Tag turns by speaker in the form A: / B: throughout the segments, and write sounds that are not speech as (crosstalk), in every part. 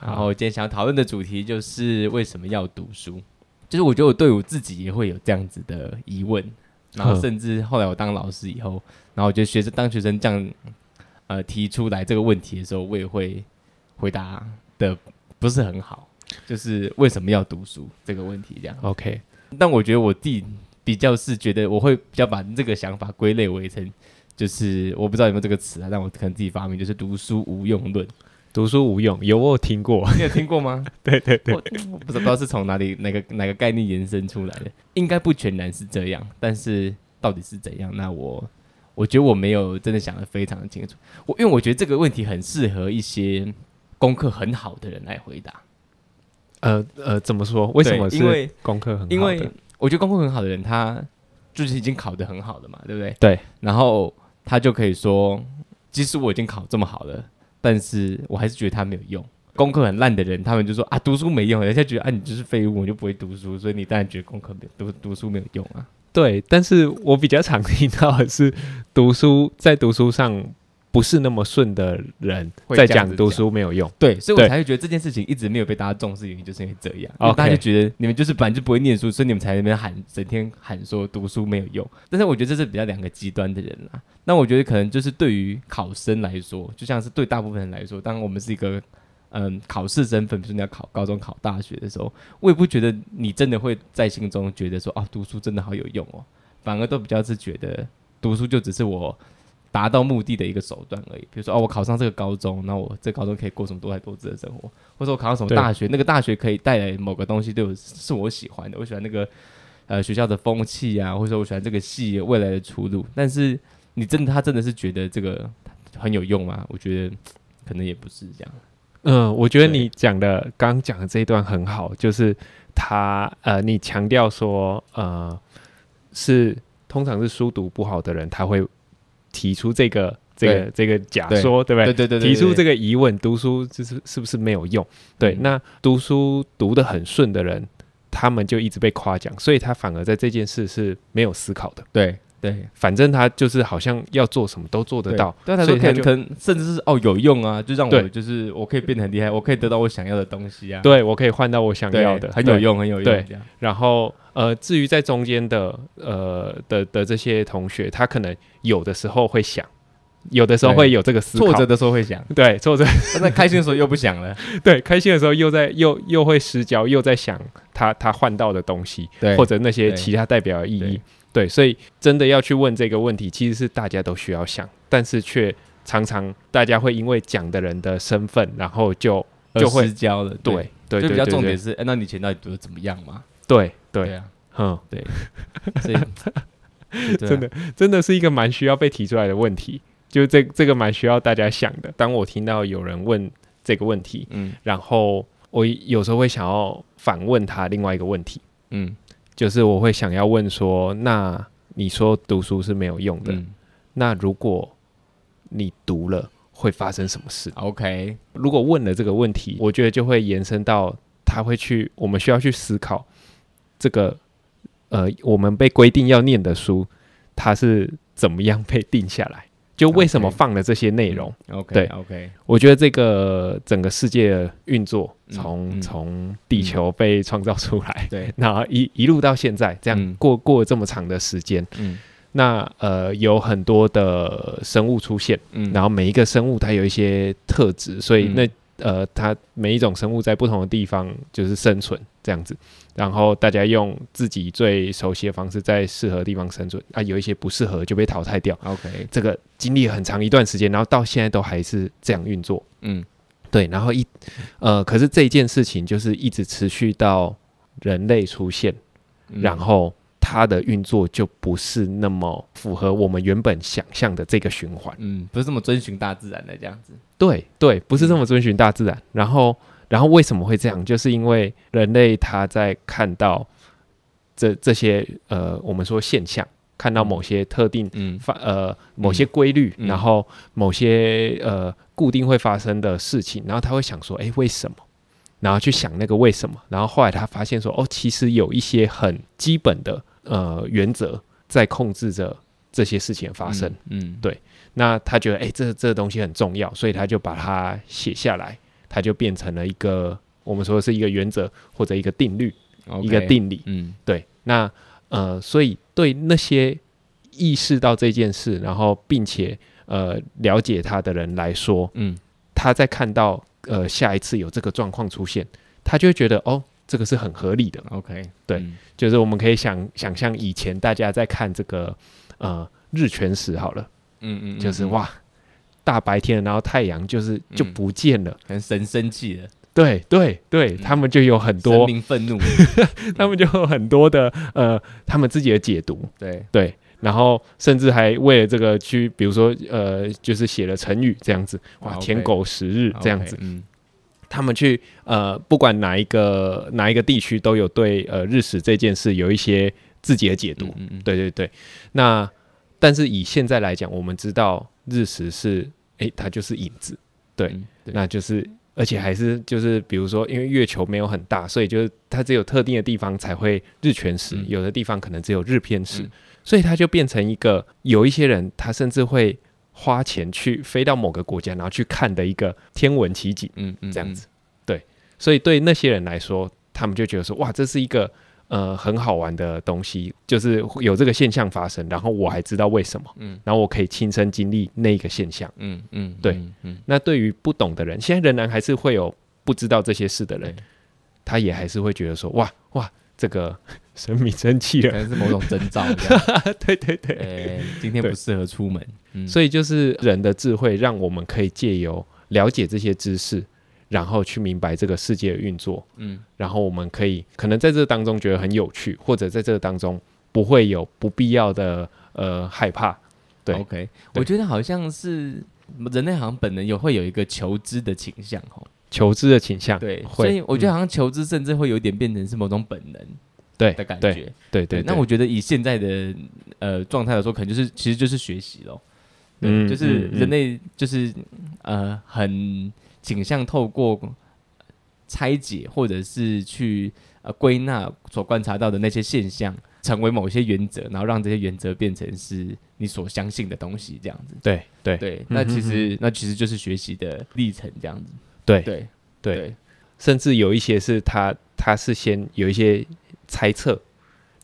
A: 然后今天想讨论的主题就是为什么要读书，就是我觉得我对我自己也会有这样子的疑问，然后
B: 呵
A: 甚至后来我当老师以后，然后我觉得学生当学生这样呃提出来这个问题的时候，我也会回答的不是很好，就是为什么要读书这个问题这样。
B: OK，
A: 但我觉得我弟比较是觉得我会比较把这个想法归类为成，就是我不知道有没有这个词啊，但我可能自己发明，就是读书无用论。
B: 读书无用，有我有听过，
A: 你有听过吗？
B: (laughs) 对对对，
A: 我我不知不知道是从哪里哪个哪个概念延伸出来的，应该不全然是这样，但是到底是怎样？那我我觉得我没有真的想得非常的清楚。我因为我觉得这个问题很适合一些功课很好的人来回答。
B: 呃呃，怎么说？为什
A: 对
B: 么
A: 因为
B: 是功课很好的？
A: 因为我觉得功课很好的人，他就是已经考得很好的嘛，对不对？
B: 对。
A: 然后他就可以说，即使我已经考这么好了，但是我还是觉得他没有用。功课很烂的人，他们就说啊，读书没用，人家觉得啊，你就是废物，你就不会读书，所以你当然觉得功课没有读读书没有用啊。
B: 对，但是我比较常听到的是， (laughs) 读书在读书上不是那么顺的人，
A: 会
B: 在
A: 这样子
B: 讲读
A: 讲
B: 书没有用。
A: 对，所以我
B: 对
A: 才会觉得这件事情一直没有被大家重视，原因就是因为这样，因为
B: OK
A: 大家就觉得你们就是本来就不会念书，所以你们才在那边喊，整天喊说读书没有用。但是我觉得这是比较两个极端的人啦。那我觉得可能就是对于考生来说，就像是对大部分人来说，当我们是一个嗯考试身份，比如说你要考高中、考大学的时候，我也不觉得你真的会在心中觉得说哦，读书真的好有用哦，反而都比较是觉得读书就只是我达到目的的一个手段而已。比如说，哦，我考上这个高中，那我这高中可以过什么多才多姿的生活，或者我考上什么
B: 对
A: 大学，那个大学可以带来某个东西对我是是我喜欢的，我喜欢那个呃学校的风气啊，或者说我喜欢这个系未来的出路。但是你真的他真的是觉得这个很有用吗？我觉得可能也不是这样。
B: 嗯，我觉得
A: 对
B: 你讲的刚刚讲的这一段很好，就是他呃，你强调说呃，是通常是书读不好的人，他会提出这个这个这个假
A: 对
B: 说，对不对？
A: 对对
B: 提出这
A: 个
B: 个疑问，读书就是是不是没有用？对，
A: 嗯
B: 那读书读得很顺的人，他们就一直被夸奖，所以他反而在这件事是没有思考的。
A: 对对。
B: 反正他就是好像要做什么都做得到，
A: 对啊，他
B: 所
A: 说
B: 以
A: 可
B: 他
A: 能
B: 就
A: 可能甚至是哦有用啊，就让我
B: 对
A: 就是我可以变得很厉害，我可以得到我想要的东西啊。
B: 对我可以换到我想
A: 对，
B: 要的，
A: 很
B: 对
A: 有用，很有用。
B: 对
A: 这样
B: 然后呃，至于在中间的呃的的这些同学，他可能有的时候会想，有的时候
A: 对
B: 会有这个思考，
A: 挫折的时候会
B: (laughs)
A: 想，
B: 对挫折，
A: 那开心的时候又不想了。
B: 对开心的时候又在又又会失焦，又在想他他换到的东西，
A: 对
B: 或者那些
A: 对
B: 其他代表的意
A: 对
B: 义，对，所以真的要去问这个问题，其实是大家都需要想，但是却常常大家会因为讲的人的身份，然后就就会
A: 失焦了。
B: 对对
A: 就
B: 对
A: 比较
B: 对
A: 重点
B: 对
A: 是，哎那你以前到底读的怎么样嘛？
B: 对对，
A: 啊，
B: 嗯，
A: 所
B: (laughs)
A: 以对啊
B: 真的真的是一个蛮需要被提出来的问题，就这这个蛮需要大家想的。当我听到有人问这个问题，
A: 嗯
B: 然后我有时候会想要反问他另外一个问题，
A: 嗯
B: 就是我会想要问说：那你说读书是没有用的，
A: 嗯
B: 那如果你读了会发生什么事？
A: ，OK，
B: 如果问了这个问题，我觉得就会延伸到他会去，我们需要去思考这个呃，我们被规定要念的书，它是怎么样被定下来？就为什么
A: OK 嗯
B: 放了这些内容
A: OK，
B: 对
A: OK，
B: 我觉得这个整个世界的运作，
A: 嗯
B: 从
A: 嗯
B: 从、地球被创造出来， (laughs)
A: 对，
B: 然后一一路到现在，这样、
A: 嗯
B: 过过了这么长的时间，
A: 嗯
B: 那呃有很多的生物出现。
A: 嗯
B: 然后每一个生物它有一些特质，所以
A: 嗯
B: 那、呃，它每一种生物在不同的地方就是生存这样子。然后大家用自己最熟悉的方式，在适合的地方生存啊，有一些不适合就被淘汰掉。
A: OK，
B: 这个经历了很长一段时间，然后到现在都还是这样运作。
A: 嗯
B: 对，然后一呃，可是这一件事情就是一直持续到人类出现，
A: 嗯
B: 然后它的运作就不是那么符合我们原本想象的这个循环。
A: 嗯，不是这么遵循大自然的这样子。
B: 对对，不
A: 嗯
B: 是这么遵循大自然。然后，然后为什么会这样？就是因为人类他在看到这这些呃，我们说现象，看到某些特定
A: 嗯
B: 发呃某些规律，
A: 嗯
B: 然后某些呃固定会发生的事情，然后他会想说，哎，为什么？然后去想那个为什么，然后后来他发现说，哦，其实有一些很基本的呃原则在控制着这些事情的发生。，
A: 嗯，嗯
B: 对那他觉得，哎、这这东西很重要，所以他就把它写下来。它就变成了一个我们说是一个原则或者一个定律、
A: OK
B: 一个，定理。
A: 嗯
B: 对，那呃，所以对那些意识到这件事，然后并且呃了解它的人来说，
A: 嗯，
B: 他在看到呃下一次有这个状况出现，他就会觉得哦，这个是很合理的。
A: OK，
B: 对
A: 嗯
B: 就是我们可以想想象以前大家在看这个呃日全食好了，
A: 嗯嗯，
B: 就是
A: 嗯，
B: 哇大白天，然后太阳就是就
A: 嗯
B: 不见了。
A: 很神生气了，
B: 对对
A: 嗯
B: 对，他们就有很
A: 神
B: 多，
A: 明愤
B: (laughs)
A: 怒，
B: 他们就有很多的呃他们自己的解读。
A: 对，
B: 对，然后甚至还为了这个去，比如说呃，就是写了成语这样子，哇，
A: 啊 OK
B: 舔狗十日这样
A: OK，
B: 子，
A: 嗯
B: 他们去呃，不管哪一个哪一个地区，都有对呃日食这件事有一些自己的解读。
A: 嗯嗯嗯，
B: 对对对，那但是以现在来讲，我们知道日食是诶，它就是影子，对
A: 嗯，对，
B: 那就是。而且还是就是，比如说，因为月球没有很大，所以就是它只有特定的地方才会日全食，
A: 嗯
B: 有的地方可能只有日偏食，
A: 嗯
B: 所以它就变成一个有一些人他甚至会花钱去飞到某个国家，然后去看的一个天文奇景。
A: 嗯嗯
B: 这样子，所以对那些人来说，他们就觉得说，哇，这是一个呃很好玩的东西，就是有这个现象发生，然后我还知道为什么，
A: 嗯
B: 然后我可以亲身经历那个现象。
A: 嗯嗯，嗯
B: 对，
A: 嗯
B: (laughs)
A: 嗯，
B: 那对于不懂的人，现在仍然还是会有不知道这些事的人
A: 对，
B: 他也还是会觉得说，哇哇，这个 (laughs) 神明生气
A: 可
B: 了，
A: 能是某种征兆这样，
B: (laughs) 对对对。
A: 哎，今天
B: 对
A: 不适合出门，嗯
B: 所以就是人的智慧，让我们可以借由了解这些知识，然后去明白这个世界的运作，
A: 嗯
B: 然后我们可以可能在这当中觉得很有趣，或者在这当中不会有不必要的呃害怕。对
A: ，OK，
B: 对
A: 我觉得好像是人类好像本能有会有一个求知的倾向哦，
B: 求知的倾向，
A: 对，所
B: 会
A: 以我觉得
B: 嗯
A: 好像求知甚至会有点变成是某种本能
B: 对
A: 的感
B: 对
A: 觉。
B: 对对，
A: 那我觉得以现在的呃状态来说，可能就是其实就是学习咯。对，
B: 嗯
A: 就是
B: 嗯嗯
A: 人类就是呃很倾向透过呃拆解或者是去呃归纳所观察到的那些现象，成为某些原则，然后让这些原则变成是你所相信的东西，这样子。
B: 对对对
A: 对，那其
B: 嗯
A: 实、那其实就是学习的历程，这样子。
B: 对
A: 对
B: 对，甚至有一些是他他是先有一些猜测，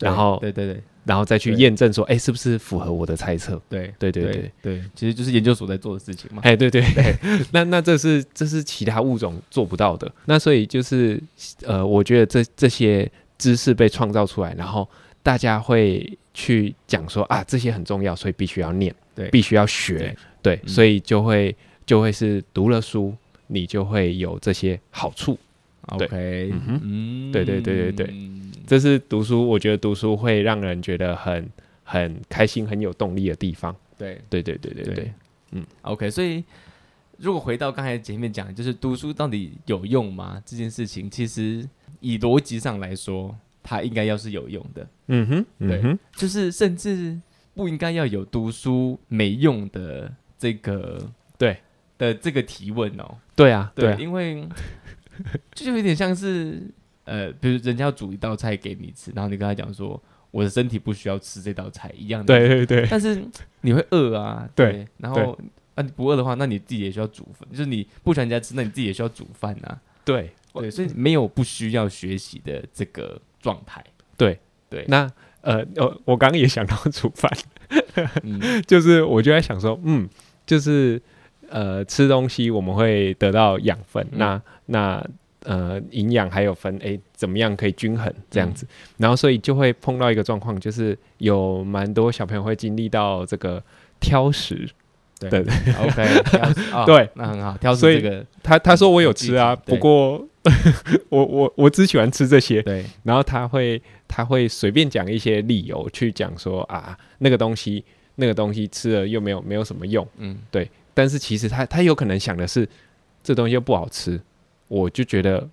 B: 然后
A: 对对对
B: 然后再去
A: 对哦
B: 验证说，哎，是不是符合我的猜测？
A: 对
B: 对对对
A: 对对，其实就是研究所在做的事情嘛。
B: 哎，对对对， (laughs) 那那这是这是其他物种做不到的。那所以就是呃，我觉得这这些知识被创造出来，然后大家会去讲说啊，这些很重要，所以必须要念，
A: 对
B: 必须要学，对，
A: 嗯
B: 所以就会就会是读了书，你就会有这些好处。对
A: OK，
B: 嗯哼
A: 嗯
B: 对对对对对
A: 嗯
B: 这是读书，我觉得读书会让人觉得很很开心、很有动力的地方。
A: 对
B: 对对对对对，
A: 对
B: 嗯
A: ，OK，所以。如果回到刚才前面讲，就是读书到底有用吗？这件事情，其实以逻辑上来说，它应该要是有用的，
B: 嗯哼，嗯哼，
A: 就是甚至不应该要有读书没用的这个
B: 对
A: 的这个提问哦。
B: 对啊，对
A: 对，
B: 啊，
A: 因为就有点像是呃，比如人家要煮一道菜给你吃，然后你跟他讲说我的身体不需要吃这道菜一样的，
B: 对，
A: (laughs)
B: 对对，
A: 但是你会饿啊，
B: 对
A: 然后啊你不饿的话，那你自己也需要煮饭，就是你不喜欢人家吃，那你自己也需要煮饭啊，
B: 对我
A: 对，所以没有不需要学习的这个状 (laughs) 态，
B: 那呃，我我刚刚也想到煮饭，
A: 嗯，
B: (laughs) 就是我就在想说，嗯，就是呃，吃东西我们会得到养分，
A: 嗯
B: 那那呃，营养还有分，诶，怎么样可以均衡
A: 嗯
B: 这样子？然后所以就会碰到一个状况，就是有蛮多小朋友会经历到这个挑食。对
A: ，OK，挑哦
B: 对
A: 那很好，挑出
B: 所以
A: 这个，
B: (laughs) 他他说我有吃啊，
A: 对
B: 不过 (laughs) 我我我只喜欢吃这些，
A: 对，
B: 然后他会他会随便讲一些理由去讲说啊，那个东西那个东西吃了又没有没有什么用，
A: 嗯，
B: 但是其实他他有可能想的是这东西又不好吃，我就觉得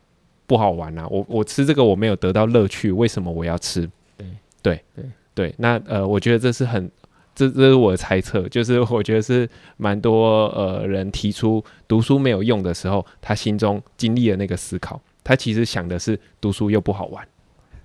B: 不好玩啊，我我吃这个我没有得到乐趣，为什么我要吃？
A: 对
B: 对
A: 对
B: 对，那呃，我觉得这是很。这这是我的猜测，就是我觉得是蛮多呃人提出读书没有用的时候，他心中经历了那个思考，他其实想的是读书又不好玩，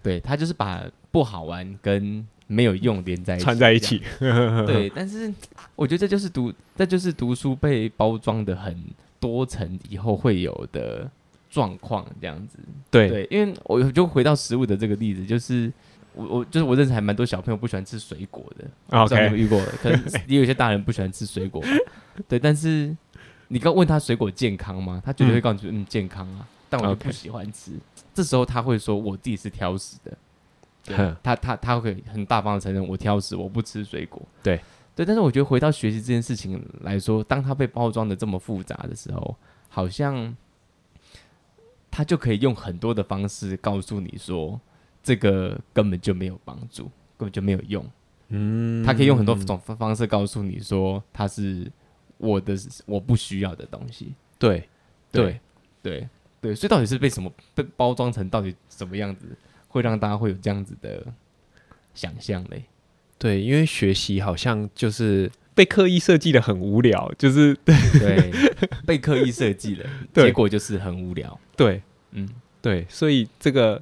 A: 对他就是把不好玩跟没有用连在一起，
B: 串在一起， (laughs)
A: 对，但是我觉得这就是读，这就是读书被包装的很多层以后会有的状况这样子。
B: 对
A: 对，因为我就回到食物的这个例子，就是我我就是我认识还蛮多小朋友不喜欢吃水果的，我不知道你有没
B: OK，
A: 有遇过，可能也有些大人不喜欢吃水果吧，对，但是你刚问他水果健康吗？他绝对会告诉你，嗯，健康啊，但我就
B: OK
A: 不喜欢吃。这时候他会说，我自己是挑食的，对
B: 哼
A: 他他他会很大方的承认我挑食，我不吃水果。
B: 对
A: 对，但是我觉得回到学习这件事情来说，当他被包装的这么复杂的时候，好像他就可以用很多的方式告诉你说，这个根本就没有帮助，根本就没有用。
B: 嗯
A: 他可以用很多种方方式告诉你说，它是我的我不需要的东西。
B: 对对，
A: 对对，所以到底是被什么被包装成到底什么样子，会让大家会有这样子的想象 (laughs) 嘞？
B: 对，因为学习好像就是被刻意设计的很无聊，就是 (laughs)
A: 对，被刻意设计 (laughs) 了，
B: 对
A: 结果就是很无聊。
B: 对
A: 嗯，
B: 对，所以这个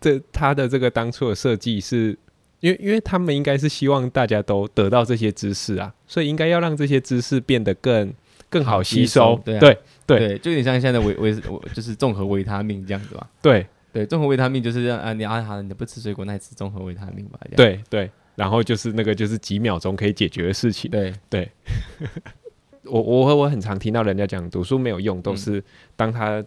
B: 这他的这个当初的设计是，因为因为他们应该是希望大家都得到这些知识啊，所以应该要让这些知识变得更更好吸收。
A: 好吸收对啊
B: 对对
A: 对，就有点像现在的维维我就是综合维他命这样子吧。
B: 对啊
A: 对，综合维他命就是让啊你啊好，你不吃水果，那你吃综合维他命吧。这样
B: 对对然后就是那个就是几秒钟可以解决的事情。
A: 对
B: 我我我很常听到人家讲读书没有
A: 嗯
B: 用，都是当他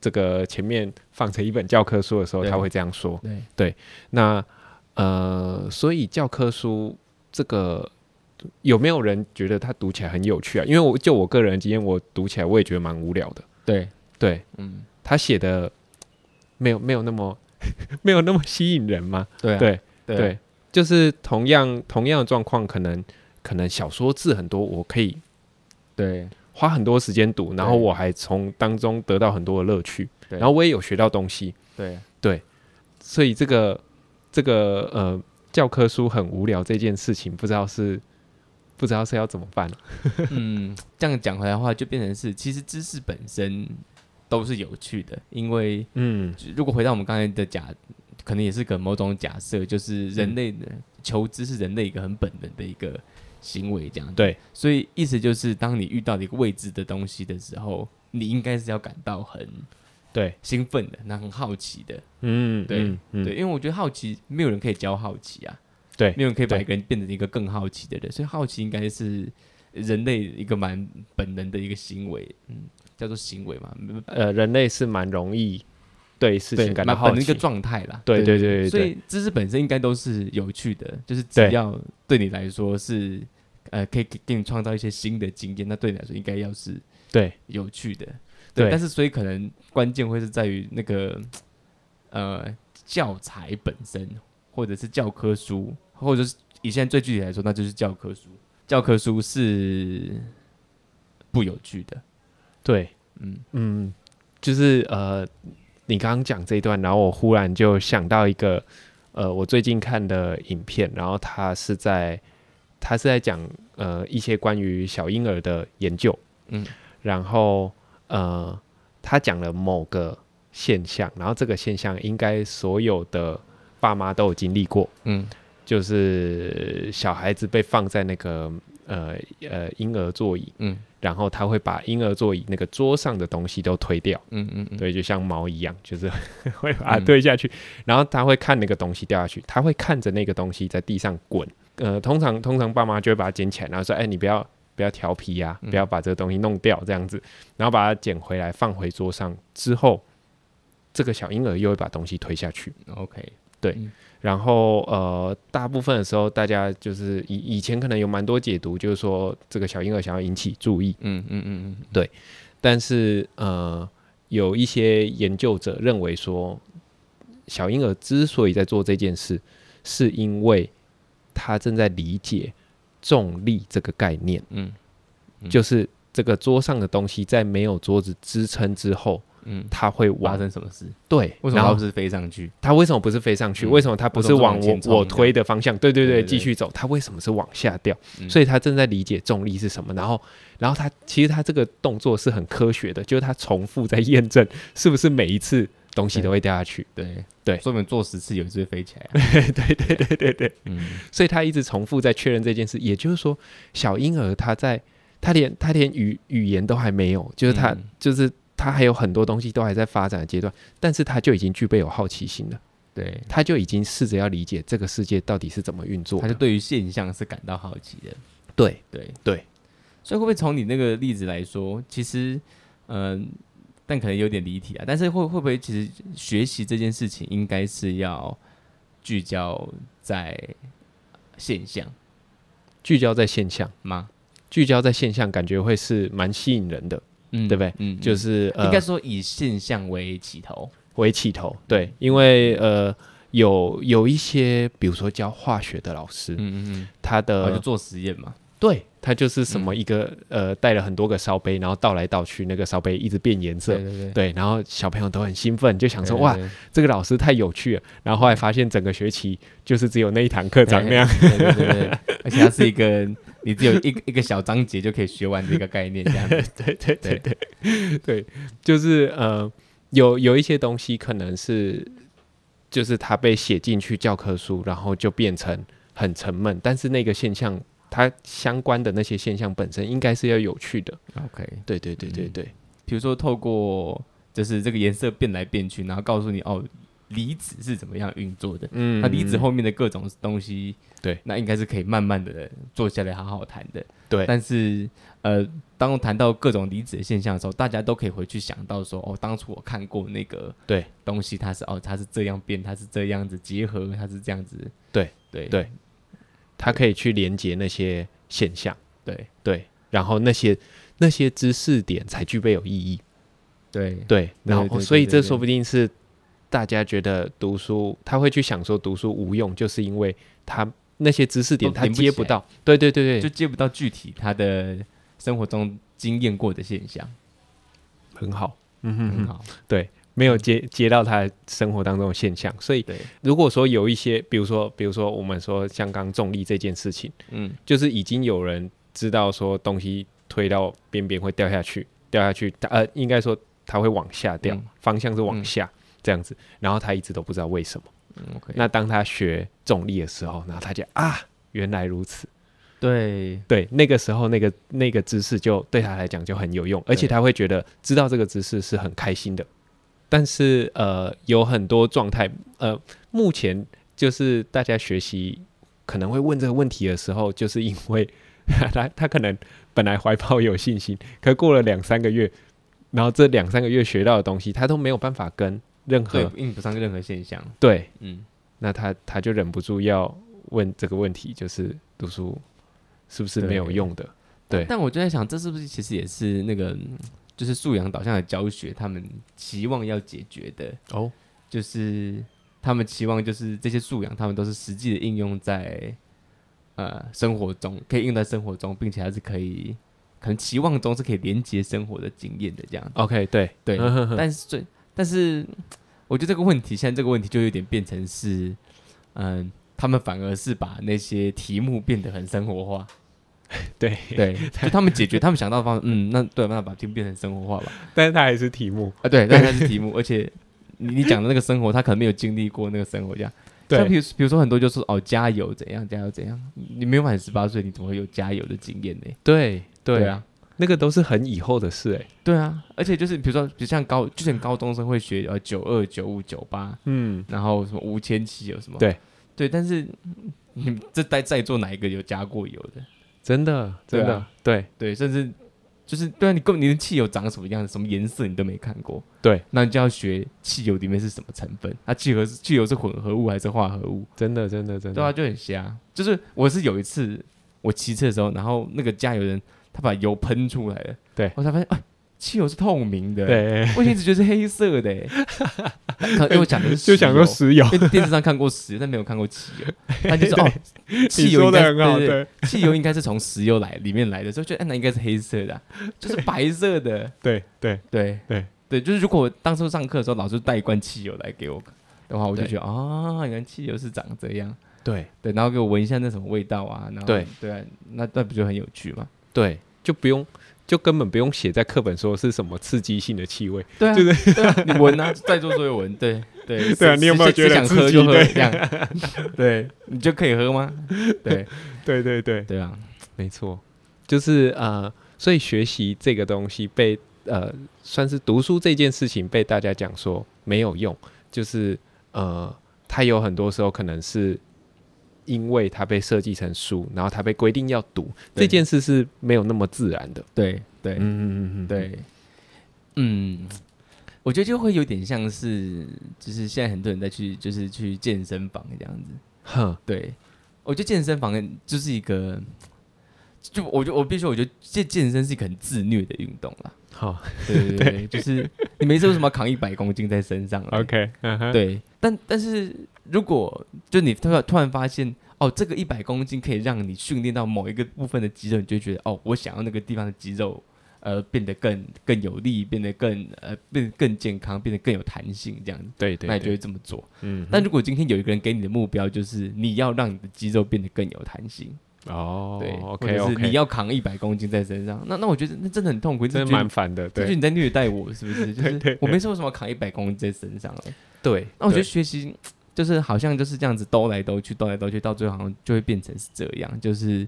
B: 这个前面放成一本教科书的时候，
A: 对
B: 他会这样说。
A: 对
B: 那呃，所以教科书这个有没有人觉得它读起来很有趣啊？因为我就我个人的经验，我读起来我也觉得蛮无聊的。
A: 对，
B: 对
A: 嗯，
B: 他写的没有没有那么 (laughs) 没有那么吸引人嘛？
A: 对啊
B: 对
A: 对啊
B: 对，就是同样同样的状况，可能可能小说字很多，我可以
A: 对
B: 花很多时间读，然后
A: 对
B: 我还从当中得到很多的乐趣，
A: 对
B: 然后我也有学到东西。
A: 对。
B: 所以这个这个呃教科书很无聊这件事情，不知道是不知道是要怎么办、啊
A: 嗯，这样讲回来的话，就变成是，其实知识本身都是有趣的，因为
B: 嗯，
A: 如果回到我们刚才的假，可能也是个某种假设，就是
B: 嗯
A: 人类的、求知是人类一个很本能的一个行为，这样。
B: 对，
A: 所以意思就是，当你遇到一个未知的东西的时候，你应该是要感到很
B: 对，
A: 兴奋的，那很好奇的，
B: 嗯，
A: 对
B: 嗯，嗯
A: 对，因为我觉得好奇，没有人可以教好奇啊，
B: 对
A: 没有人可以把
B: 对
A: 一个人变成一个更好奇的人，所以好奇应该是人类一个蛮本能的一个行为，嗯，叫做行为嘛，嗯
B: 呃，人类是蛮容易对事
A: 对，
B: 情感到
A: 蛮
B: 好
A: 本能一
B: 奇
A: 个，状态啦，
B: 对对对对
A: 所
B: 对
A: 以知识本身应该都是有趣的，就是只
B: 对
A: 要对你来说是呃可以给给你创造一些新的经验，那对你来说应该要是
B: 对
A: 有趣的，对，
B: 对
A: 但是所以可能关键会是在于那个呃教材本身，或者是教科书，或者是以现在最具体来说，那就是教科书。教科书是不有趣的，
B: 对，
A: 嗯，
B: 嗯，就是呃，你刚刚讲这一段，然后我忽然就想到一个呃，我最近看的影片，然后它是在它是在讲呃一些关于小婴儿的研究，
A: 嗯，
B: 然后呃，他讲了某个现象，然后这个现象应该所有的爸妈都有经历过，
A: 嗯
B: 就是小孩子被放在那个呃呃婴儿座椅，
A: 嗯
B: 然后他会把婴儿座椅那个桌上的东西都推掉，
A: 嗯嗯嗯，
B: 对，就像猫一样，就是 (laughs) 会把它
A: 嗯
B: 推下去，然后他会看那个东西掉下去，他会看着那个东西在地上滚。呃，通常通常爸妈就会把它捡起来，然后说：“哎、你不要不要调皮呀、
A: 嗯
B: 不要把这个东西弄掉，这样子。”然后把它捡回来放回桌上之后，这个小婴儿又会把东西推下去。
A: ，OK，
B: 然后呃，大部分的时候大家就是以以前可能有蛮多解读，就是说这个小婴儿想要引起注意，
A: 嗯嗯嗯嗯，
B: 但是呃，有一些研究者认为说，小婴儿之所以在做这件事，是因为他正在理解重力这个概念，
A: 嗯嗯
B: 就是这个桌上的东西在没有桌子支撑之后，
A: 嗯，
B: 它会
A: 发
B: 往
A: 生什么事？
B: 对，
A: 为什么
B: 然
A: 他
B: 后
A: 不是飞上去？
B: 它为什么不是飞上去？
A: 嗯
B: 为什么它不是往
A: 为什么
B: 我
A: 不是往前冲
B: 我推的方向？对对
A: 对对
B: 对，
A: 对
B: 继续走。它为什么是往下掉？
A: 嗯
B: 所以它正在理解重力是什么。然后，然后它其实它这个动作是很科学的，就是它重复在验证是不是每一次东西
A: 对
B: 都会掉下去。
A: 对
B: 对
A: 说明做十次有一次会飞起来啊、
B: 对 (laughs) 对对对对对，
A: 嗯
B: 所以他一直重复在确认这件事。也就是说，小婴儿他在他连他连语语言都还没有，就是他、
A: 嗯
B: 就是他还有很多东西都还在发展的阶段，但是他就已经具备有好奇心了，
A: 对，
B: 他就已经试着要理解这个世界到底是怎么运作
A: 他
B: 的。
A: 就对于现象是感到好奇的。
B: 对
A: 对
B: 对，
A: 所以会不会从你那个例子来说，其实，嗯、但可能有点离题啊。但是会会不会其实学习这件事情应该是要聚焦在现象
B: 聚焦在现象，
A: 吗？
B: 聚焦在现象，感觉会是蛮吸引人的，
A: 嗯
B: 对不对？
A: 嗯，、
B: 就是是呃
A: 应该说以现象为起头。
B: 为起头，对，因为呃有有一些，比如说教化学的老师，
A: 嗯嗯嗯，
B: 他
A: 然后就嗯
B: 的
A: 做实验嘛。
B: 对他就是什么一个、呃带了很多个烧杯，然后倒来倒去，那个烧杯一直变颜色。
A: 对对。
B: 对，然后小朋友都很兴奋，就想说
A: 对
B: 哇，，
A: 对
B: 这个老师太有趣了。然后后来发现整个学期就是只有那一堂课长那样。
A: 哎对对对对，对而且它是一个你只有一个一个小章节就可以学完的一个概念，这样子。
B: 对 (laughs) 对对对对，就是呃，有有一些东西可能是，就是它被写进去教科书，然后就变成很沉闷。但是那个现象，它相关的那些现象本身应该是要有趣的。嗯
A: OK，
B: 对对对对对，
A: 比如说透过就是这个颜色变来变去，然后告诉你哦，离子是怎么样运作的。
B: 嗯
A: 那离子后面的各种东西，
B: 对
A: 那应该是可以慢慢的坐下来好好谈的。
B: 对
A: 但是呃，当谈到各种离子的现象的时候，大家都可以回去想到说，哦，当初我看过那个
B: 对
A: 东西，它是哦，它是这样变，它是这样子结合，它是这样子。
B: 对
A: 对
B: 对它可以去连接那些现象，
A: 对
B: 对，然后那些那些知识点才具备有意义。
A: 嗯对
B: 对，然
A: 对
B: 后
A: 对
B: 所以
A: 对对
B: 这说不定是大家觉得读书，他会去想说读书无用，就是因为他那些知识点
A: 都
B: 他
A: 连不起
B: 接不
A: 来
B: 到。对对对
A: 就
B: 对，
A: 接不到具体他的生活中经验过的现象，
B: 很好，嗯
A: 很
B: 哼哼，
A: 好。
B: 没有接接到他生活当中的现象。所以
A: 对，
B: 如果说有一些，比如说比如说我们说像刚重力这件事情，
A: 嗯，
B: 就是已经有人知道说东西推到边边会掉下去，掉下去，呃，应该说它会往下掉，
A: 嗯
B: 方向是往
A: 嗯
B: 下、这样子，然后他一直都不知道为什么。
A: 嗯，OK。
B: 那当他学重力的时候，然后他就啊，原来如此。
A: 对
B: 对，那个时候那个那个知识就对他来讲就很有用，而且他会觉得知道这个知识是很开心的。但是呃，有很多状态，呃，目前就是大家学习可能会问这个问题的时候，就是因为 (laughs) 他他可能本来怀抱有信心，可过了两三个月，然后这两三个月学到的东西，他都没有办法跟任
A: 对
B: 何，
A: 应不上任何现象。
B: 对
A: 嗯，
B: 那他他就忍不住要问这个问题，就是读书是不是没有用的？对
A: 但我就在想，这是不是其实也是那个嗯就是素养导向的教学，他们期望要解决的，
B: 哦，
A: 就是他们期望就是这些素养，他们都是实际的应用在呃生活中，可以应用在生活中，并且还是可以可能期望中是可以连接生活的经验的这样。
B: OK，对 (laughs)
A: 对，
B: 嗯哼哼
A: 但是最，但是我觉得这个问题现在这个问题就有点变成是，嗯，他们反而是把那些题目变得很生活化。
B: (laughs) 对，
A: 对，就他们解决，他们想到的
B: (laughs)
A: 方法，嗯，那对，那把题目变成生活化吧。
B: 但是他还是题目，
A: 啊，对，那它是题目，而且你你讲的那个生活，他可能没有经历过那个生活，这样。像比
B: (laughs) 对
A: 如比如说很多就是哦，加油怎样，加油怎样，你没有满十八岁，你怎么会有加油的经验呢？
B: 对对
A: 啊，，
B: 那个都是很以后的事哎、
A: 对啊，而且就是比如说，比如像高，之前高中生会学呃九二、九五、九八，
B: 嗯，
A: 然后什么无铅七有什么？
B: 对
A: 对，但是嗯你这在在座哪一个有加过油的？
B: 真的
A: 对
B: 真
A: 啊
B: 的，对
A: 对，甚至就是对啊，你根本你的汽油长什么样子、什么颜色你都没看过，
B: 对，
A: 那你就要学汽油里面是什么成分，它、汽油是汽油是混合物还是化合物？
B: 真的真的真的，
A: 对啊，就很瞎。就是我是有一次我骑车的时候，然后那个加油人他把油喷出来了，
B: 对
A: 我才发现哎，汽油是透明的，，
B: 对，
A: 我以前一直觉得是黑色
B: (laughs)
A: 的，欸可能因为我讲的是
B: 就
A: 石
B: 想
A: 油
B: 说
A: (laughs)
B: 石油，
A: 因为电视上看过石油，但没有看过汽
B: (laughs)
A: 油。他就说哦，汽
B: 你
A: 油
B: 说
A: 应
B: 的
A: 该
B: 很好，
A: 对
B: 对
A: 对 (laughs) 汽油应该是从石油来里面来的，所以觉得哎那应该是黑色的啊、 (laughs) 就是白色
B: (laughs)
A: 的。
B: 对对
A: 对
B: 对
A: 对，就是如果当初上课的时候老师带一罐汽油来给我的话，我就
B: 对
A: 觉得啊，原来汽油是长这样。
B: 对
A: 对，然后给我闻一下那什么味道啊，然后
B: 对
A: 对啊，那那不就很有趣吗？
B: 对，就不用。就根本不用写在课本说是什么刺激性的气味，
A: 对啊，对啊，你闻啊，在座所有闻，对对
B: 对啊
A: 谁
B: 你有没有
A: 谁
B: 觉得
A: 谁想喝
B: 刺激
A: 就喝
B: (laughs) 对
A: 这样？ (laughs) 对，你就可以喝吗？对
B: 对对对，
A: 对啊，
B: 没错，就是呃，所以学习这个东西被呃，算是读书这件事情被大家讲说没有用，就是呃，它有很多时候可能是因为它被设计成书，然后它被规定要读
A: 对
B: 这件事是没有那么自然的。
A: 对对
B: 嗯嗯嗯嗯，
A: 对，嗯，我觉得就会有点像是，就是现在很多人在去，就是去健身房这样子。
B: 哼，
A: 对，我觉得健身房就是一个，就我觉得我必须，我觉得健健身是一个很自虐的运动啦。
B: 好
A: 对对对，就是你没事为什么要扛一百公斤在身上啊
B: (laughs) ，OK，嗯哼，
A: 对，但但是如果就你突然突然发现，哦，这个一百公斤可以让你训练到某一个部分的肌肉，你就会觉得，哦，我想要那个地方的肌肉，呃，变得更更有力，变得更呃，变得更健康，变得更有弹性，这样子，
B: 对对
A: 那你就
B: 对，
A: 会这么做。
B: 嗯哼，
A: 但如果今天有一个人给你的目标就是你要让你的肌肉变得更有弹性，
B: 哦
A: 对或
B: ，OK
A: 者是
B: OK，
A: 你要扛一百公斤在身上，那那我觉得那真的很痛苦，
B: 真
A: 就
B: 的
A: 觉得
B: 蛮烦的，
A: 就觉得
B: 对
A: 你在虐待我，是不是？就是我没说为什么要扛一百公斤在身上啊了。
B: 对。
A: 那我觉得
B: 对
A: 学习就是好像就是这样子兜来兜去，兜来兜去，到最后好像就会变成是这样，就是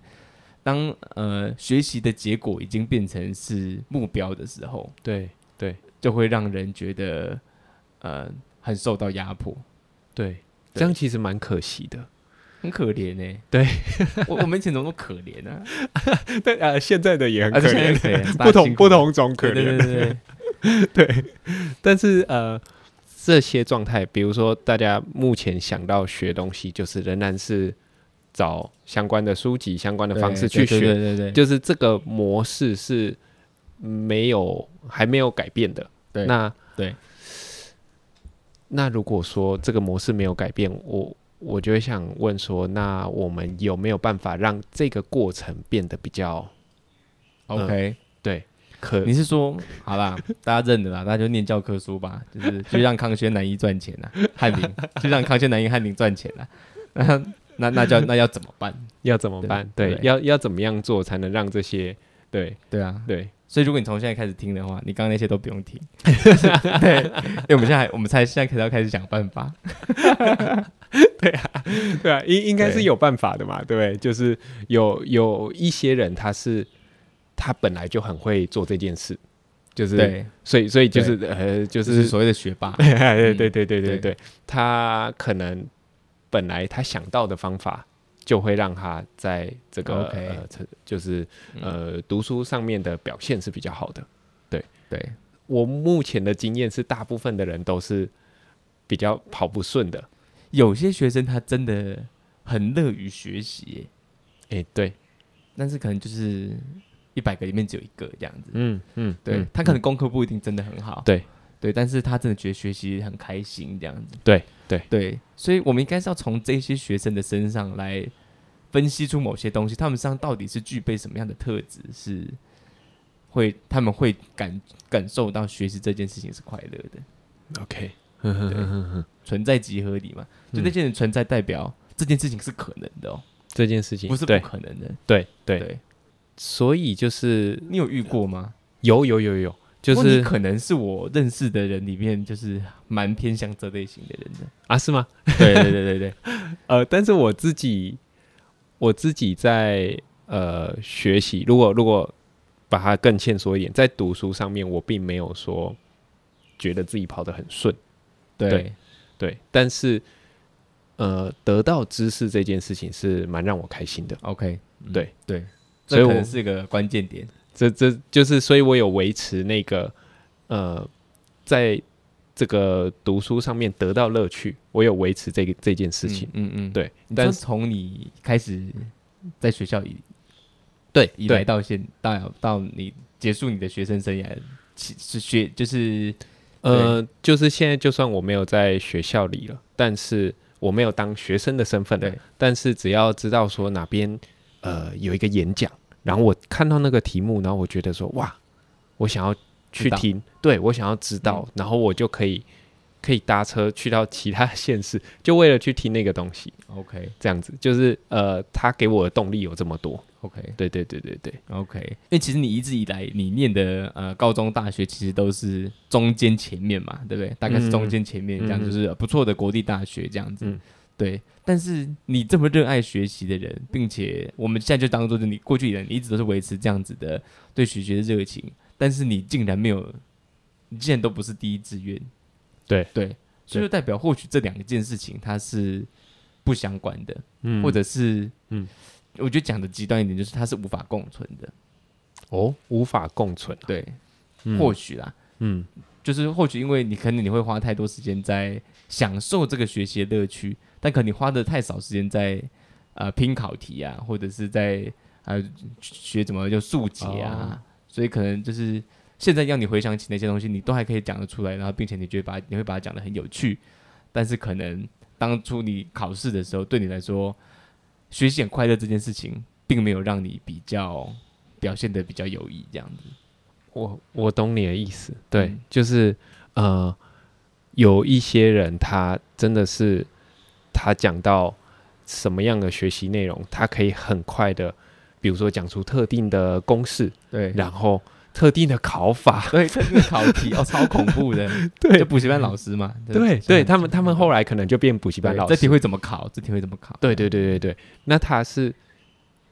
A: 当呃学习的结果已经变成是目标的时候，
B: 对对
A: 就会让人觉得呃很受到压迫，
B: 对，这样其实蛮可惜 (laughs) 的。
A: 很可怜呢、
B: 对
A: 我我们以前怎么那么可怜呢、
B: 但呃，现在的也很
A: 啊？
B: 可
A: 而且
B: 怜，
A: 可
B: (laughs)
A: 怜，大家
B: 不同
A: 辛苦
B: 不，同种可
A: 对对
B: 怜。
A: 对对，
B: 但是呃，这些状态，比如说大家目前想到学东西，就是仍然是找相关的书籍、相关的
A: 对
B: 方式去
A: 对对
B: 学，
A: 对对对，
B: 就是这个模式是没有还没有改变的。
A: 对
B: 那
A: 对。
B: 那如果说这个模式没有改变，我我就会想问说，那我们有没有办法让这个过程变得比较
A: OK。
B: 对可
A: 你是说好啦，大家认得啦，大家就念教科书吧，就是就让康轩南一赚钱啦， (laughs) 翰林就让康轩南一翰林赚钱啦， (laughs) 那那那叫那要怎么办？
B: 要怎么办？
A: 对
B: 对，
A: 对
B: 要要怎么样做才能让这些对
A: 对啊，
B: 对
A: 所以如果你从现在开始听的话，你刚刚那些都不用听， (laughs) 对，因为我们现在还我们才现在开始要开始想办法，
B: (laughs) 对啊，应应该
A: 对
B: 是有办法的嘛，对不对？就是有有一些人他是他本来就很会做这件事，就是
A: 对，
B: 所以所以就是呃
A: 就
B: 就
A: 是
B: 是，
A: 所谓的学霸
B: (laughs) 对对对对对
A: 对
B: 对，他可能本来他想到的方法，就会让他在这个
A: OK 嗯
B: 呃成就是呃读书上面的表现是比较好的。
A: 对，
B: 我目前的经验是，大部分的人都是比较跑不顺的。
A: 有些学生他真的很乐于学习耶，
B: 哎、对，
A: 但是可能就是一百个里面只有一个这样子。
B: 嗯嗯，
A: 对、
B: 嗯
A: 他可能功课不一定真的很好，
B: 对
A: 对，但是他真的觉得学习很开心这样子，
B: 对对
A: 对，所以我们应该是要从这些学生的身上来分析出某些东西，他们身上到底是具备什么样的特质，是会他们会感感受到学习这件事情是快乐的，
B: ，OK，
A: 存在即合理嘛，就
B: 嗯
A: 那些人存在代表。这件事情是可能的哦，
B: 这件事情
A: 不是不
B: 对
A: 可能的。
B: 对对
A: 对，
B: 所以就是
A: 你有遇过吗？
B: 有有有有，就
A: 不过你
B: 是
A: 可能是我认识的人里面，就是蛮偏向这类型的人的。
B: 啊，是吗？
A: 对对对对对，
B: 呃，但是我自己我自己在呃学习，如果如果把它更线索一点，在读书上面，我并没有说觉得自己跑得很顺，
A: (laughs) 对
B: 对，但是呃，得到知识这件事情是蛮让我开心的。
A: ，OK，
B: 对
A: 对，
B: 所以
A: 这可
B: 我
A: 能是个关键点。
B: 这这就是，所以我有维持那个呃，在这个读书上面得到乐趣，我有维持这个这件事情。
A: 嗯嗯，
B: 对，
A: 你说
B: 但是
A: 从你开始在学校以
B: 对
A: 以来
B: 对
A: 到现到到你结束你的学生生涯，其是学就是
B: 呃，就是现在就算我没有在学校里了，但是我没有当学生的身份了
A: 对，
B: 但是只要知道说哪边呃有一个演讲，然后我看到那个题目，然后我觉得说哇，我想要去
A: 知道嗯
B: 听，对我想要知道，然后我就可以可以搭车去到其他县市，就为了去听那个东西。
A: OK
B: 这样子，就是呃，他给我的动力有这么多。
A: OK
B: 对对对对对，
A: OK，因为其实你一直以来你念的呃高中大学其实都是中间前面嘛，对不对？大概是中间前面这样，
B: 嗯嗯
A: 就是不错的国立大学这样子。
B: 嗯
A: 对，但是你这么热爱学习的人，并且我们现在就当做是你过去以来你一直都是维持这样子的对学习的热情，但是你竟然没有，你竟然都不是第一志愿，
B: 对
A: 对，所以就代表或许这两件事情它是不相关的，
B: 嗯
A: 或者是
B: 嗯
A: 嗯，我觉得讲的极端一点就是它是无法共存的，
B: 哦，无法共存啊。
A: 对，
B: 嗯
A: 或许啦，
B: 嗯
A: 就是或许因为你可能你会花太多时间在享受这个学习的乐趣，但可能你花的太少时间在呃拼考题啊，或者是在呃学怎么就速解啊，所以可能就是现在要你回想起那些东西，你都还可以讲得出来，然后并且你觉得把你会把它讲得很有趣，但是可能当初你考试的时候，对你来说学习很快乐这件事情，并没有让你比较表现得比较有益这样子。
B: 我我懂你的意思，对，
A: 嗯
B: 就是呃，有一些人他真的是他讲到什么样的学习内容，他可以很快的，比如说讲出特定的公式，
A: 对
B: 然后特定的考法，
A: 对，特定的考题哦，超恐怖的。就
B: (laughs) 对
A: 补习班老师嘛。就
B: 对
A: 是
B: 对，
A: 像
B: 他们他们后来可能就变补习班
A: 对
B: 老
A: 这题
B: 师，
A: 会怎么考？这题会怎么考？
B: 对对对对对，那他是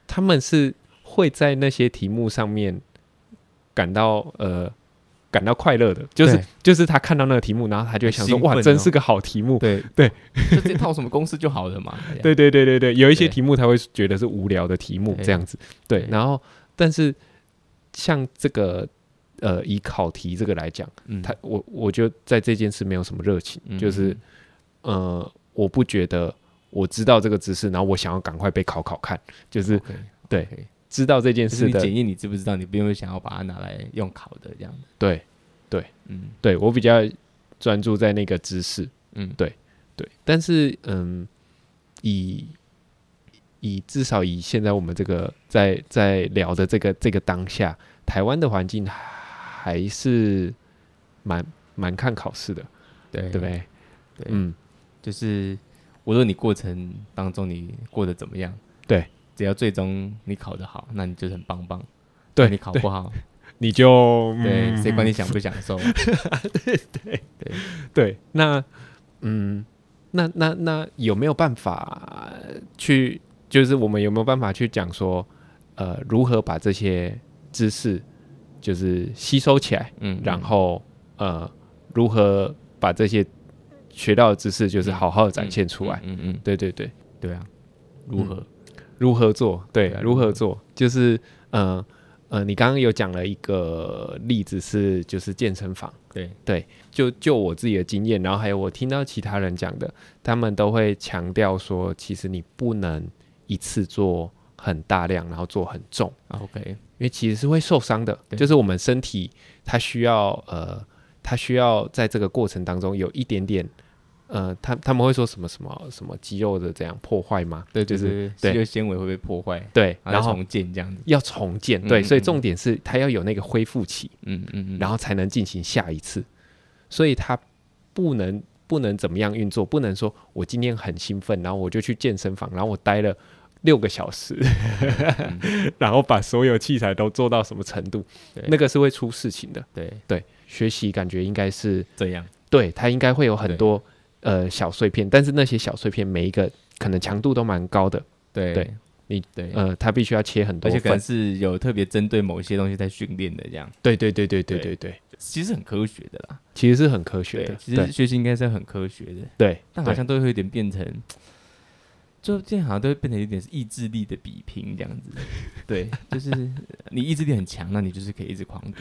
B: 他们是会在那些题目上面感到呃。感到快乐的，就是
A: 对
B: 就是他看到那个题目，然后他就会想说：“
A: 兴奋
B: 哇，
A: 哦
B: 真是个好题目。”
A: 对
B: 对，
A: (laughs) 就直接套什么公式就好了嘛。这样，
B: 对对对对对，有一些
A: 对
B: 题目他会觉得是无聊的题目
A: 对
B: 这样子。对
A: 对，
B: 然后但是像这个呃，以考题这个来讲，
A: 嗯
B: 他我我就在这件事没有什么热情，
A: 嗯
B: 就是呃，我不觉得我知道这个知识，然后我想要赶快被考考看，就是
A: ，OK，
B: 对
A: OK，
B: 知道这件
A: 就是
B: 事
A: 你
B: 的，
A: 检验你知不知道，你不用想要把它拿来用考的这样子。
B: 对
A: 嗯
B: 对我比较专注在那个知识，
A: 嗯，
B: 对，但是嗯，以以至少以现在我们这个在在聊的这个这个当下，台湾的环境还是蛮蛮看考试的，
A: 对
B: 对不对？
A: 对
B: 嗯，
A: 就是无论你过程当中你过得怎么样，
B: 对，
A: 只要最终你考得好，那你就是很棒棒。
B: 对
A: 你考
B: 对
A: 不好，
B: 你就嗯
A: 对，谁管
B: 你？
A: 你享不享受？
B: 对，那嗯，那那那有没有办法去，就是我们有没有办法去讲说，呃，如何把这些知识就是吸收起来？
A: 嗯，
B: (laughs) 然后呃，如何把这些学到的知识，就是好好的展现出来。
A: 嗯嗯，嗯
B: 对对对，
A: 对啊，如何？
B: 如何做？对
A: 对，啊
B: 如何做？就是呃呃，你刚刚有讲了一个例子是，就是健身房。
A: 对
B: 就就我自己的经验，然后还有我听到其他人讲的，他们都会强调说，其实你不能一次做很大量，然后做很重。
A: 啊，OK，
B: 因为其实是会受伤的，
A: 对
B: 就是我们身体它需要呃，它需要在这个过程当中有一点点呃，他他们会说什么什么什么肌肉的怎样破坏吗？
A: 对，
B: 就
A: 就是是
B: 对
A: 肌肉纤维会被破坏，
B: 对，然
A: 然后
B: 后
A: 重建这样子。
B: 要重建，
A: 嗯
B: 对，
A: 嗯
B: 所以
A: 嗯
B: 重点是它要有那个恢复期，
A: 嗯嗯嗯，
B: 然后才能进行下一次，所以它不能不能怎么样运作，不能说我今天很兴奋，然后我就去健身房，然后我待了六个小时， (laughs) 然后把所有器材都做到什么程度
A: 嗯对，
B: 那个是会出事情的。
A: 对，
B: 对，学习感觉应该是
A: 这样
B: 对它应该会有很
A: 对
B: 多呃小碎片，但是那些小碎片每一个可能强度都蛮高的，
A: 对嗯
B: 对你
A: 对，
B: 呃，它必须要切很多
A: 而且可能
B: 份。
A: 是有特别针对某些东西在训练的这样，
B: 对对对对对
A: 对
B: 对对，
A: 其实很科学的啦。
B: 其实是很科学的
A: 对，。其实
B: 对
A: 学习应该是很科学的，
B: 对，
A: 但好像都会有点变成，就这样好像都会变成有点是意志力的比拼这样子。对， (laughs) 就是你意志力很强，那你就是可以一直狂读；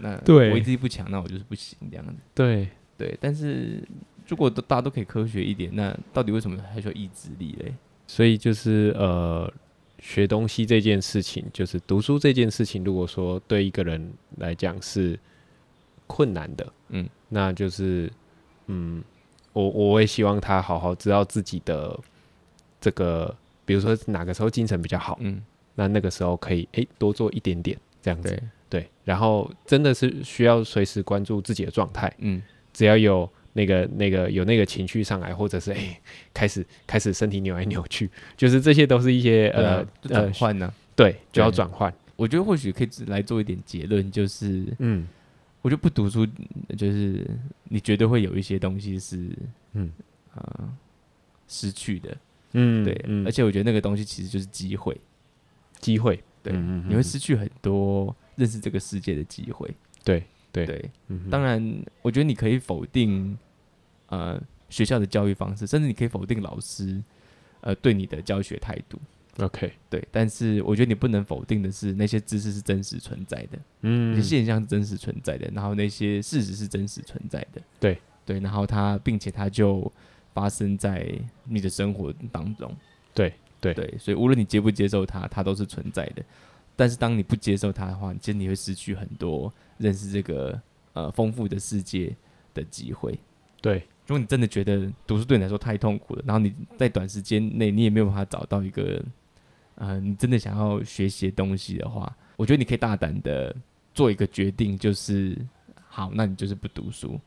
A: 那
B: 对
A: 我意志力不强，那我就是不行这样子。
B: 对
A: 对，但是如果都大家都可以科学一点，那到底为什么还需要意志力嘞？
B: 所以就是呃，学东西这件事情，就是读书这件事情，如果说对一个人来讲是困难的，
A: 嗯，
B: 那就是嗯，我我会希望他好好知道自己的这个，比如说哪个时候精神比较好，
A: 嗯，
B: 那那个时候可以诶多做一点点这样子，
A: 对，
B: 对然后真的是需要随时关注自己的状态，
A: 嗯，
B: 只要有那个那个有那个情绪上来，或者是哎、开始开始身体扭来扭去，就是这些都是一些
A: 对啊
B: 呃
A: 就
B: 呃
A: 转换呢。
B: 对，就要
A: 对
B: 转换。
A: 我觉得或许可以只来做一点结论，就是
B: 嗯
A: 我觉得不读书，就是你绝对会有一些东西是，
B: 嗯
A: 嗯啊、失去的。
B: 嗯，
A: 对，
B: 嗯
A: 而且我觉得那个东西其实就是机会，
B: 机会，
A: 对
B: 嗯嗯嗯
A: 你会失去很多认识这个世界的机会。
B: 对对
A: 对，
B: 嗯哼
A: 当然，我觉得你可以否定呃学校的教育方式，甚至你可以否定老师呃对你的教学态度。
B: ，OK，
A: 对，但是我觉得你不能否定的是，那些知识是真实存在的，那
B: 嗯
A: 些，现象是真实存在的，然后那些事实是真实存在的。
B: 对
A: 对，然后它，并且它就发生在你的生活当中。
B: 对对
A: 对，所以无论你接不接受它，它都是存在的。但是当你不接受它的话，其实你会失去很多认识这个呃丰富的世界的机会。
B: 对
A: 如果你真的觉得读书对你来说太痛苦了，然后你在短时间内你也没有办法找到一个，呃，你真的想要学习的东西的话，我觉得你可以大胆的做一个决定，就是好，那你就是不读书。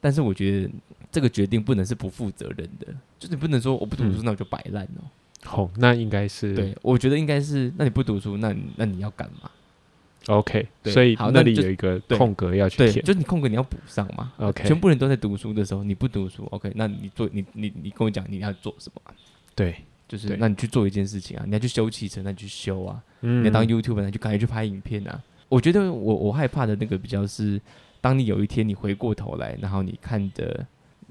A: 但是我觉得这个决定不能是不负责任的，就是你不能说我不读书，那我就摆烂哦。
B: 好，那应该是
A: 对，我觉得应该是，那你不读书，那你那你要干嘛？
B: OK，
A: 对
B: 所以
A: 好
B: 那
A: 那
B: 里
A: 就
B: 有一个
A: 对
B: 空格要去 (laughs)
A: 对，
B: 填
A: 就是你空格你要补上嘛。
B: ，OK，
A: 全部人都在读书的时候，你不读书，OK，那你做你你你跟我讲你要做什么啊？
B: 对，
A: 就是
B: 对
A: 那你去做一件事情啊，你要去修汽车，那你去修啊；
B: 嗯
A: 你要当 YouTube，那你就赶紧去拍影片啊。我觉得我我害怕的那个比较是，当你有一天你回过头来，然后你看着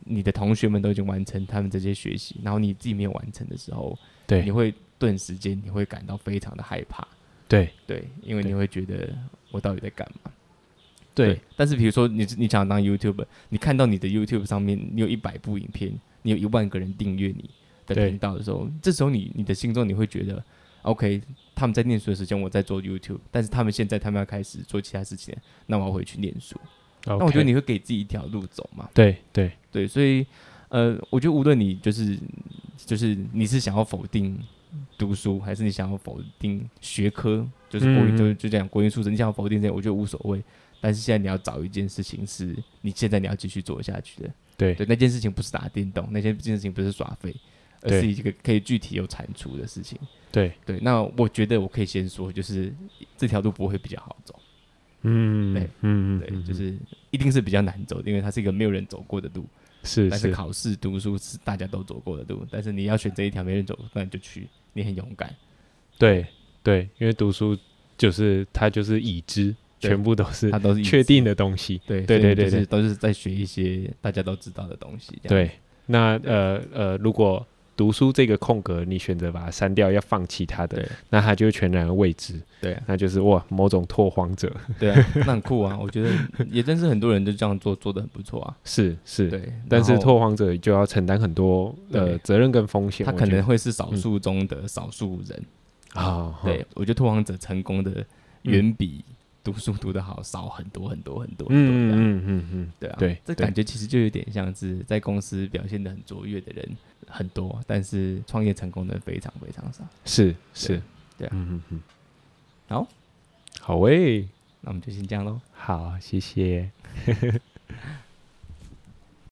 A: 你的同学们都已经完成他们这些学习，然后你自己没有完成的时候，
B: 对
A: 你会顿时间你会感到非常的害怕，
B: 对
A: 对，因为
B: 对
A: 你会觉得我到底在干嘛？
B: 对，
A: 但是比如说你你想当 YouTube，你看到你的 YouTube 上面你有一百部影片，你有一万个人订阅你的
B: 对
A: 频道的时候，这时候你你的心中你会觉得，OK，他们在念书的时间我在做 YouTube，但是他们现在他们要开始做其他事情了，那我要回去念书。
B: 那
A: 那我觉得你会给自己一条路走嘛？
B: 对对
A: 对，所以呃，我觉得无论你就是就是你是想要否定读书，还是你想要否定学科，就是国语、
B: 嗯
A: 就就讲国语素质，你想要否定这些，我觉得无所谓。但是现在你要找一件事情是你现在你要继续做下去的，
B: 对
A: 对，那件事情不是打电动，那件件事情不是耍废，而
B: 对
A: 是一个可以具体有产出的事情。
B: 对，
A: 对，那我觉得我可以先说，就是这条路不会比较好走，
B: 嗯
A: 对
B: 嗯嗯
A: 对，
B: 嗯，
A: 就是一定是比较难走的，因为它是一个没有人走过的路。
B: 是
A: 但是
B: 是
A: 考试、读书是大家都走过的路，但是你要选择一条没人走，那你就去，你很勇敢。
B: 对对，因为读书就是它就是已知，
A: 对
B: 全部都是
A: 它都是
B: 确定的东西，
A: 对
B: 对
A: 所以
B: 对对
A: 就是都是在学一些大家都知道的东西。这样，
B: 对，那呃呃，如果读书这个空格你选择把它删掉，要放弃它的
A: 对，
B: 那它就全然未知，
A: 对啊，
B: 那就是哇某种拓荒者，
A: 对啊，那很酷啊！我觉
B: (laughs)
A: 得也真是很多人就这样做，做的很不错啊。
B: 是是。
A: 对，
B: 但是
A: 然后
B: 拓荒者就要承担很多呃
A: 对
B: 责任跟风险，
A: 他
B: 我
A: 可
B: 觉
A: 能
B: 得嗯
A: 会是少数中的少数人。
B: 啊，
A: 对，我觉得拓荒者成功的
B: 嗯
A: 远比读书读得好少很多很多很多很多。这样
B: 嗯嗯嗯嗯，
A: 对啊，
B: 对
A: 这
B: 对
A: 感觉其实就有点像是在公司表现的很卓越的人很多，但是创业成功的人非常非常少。
B: 是是，
A: 对啊
B: 嗯嗯嗯，
A: 好，
B: 好诶、
A: 那我们就先这样喽。
B: 好，谢谢。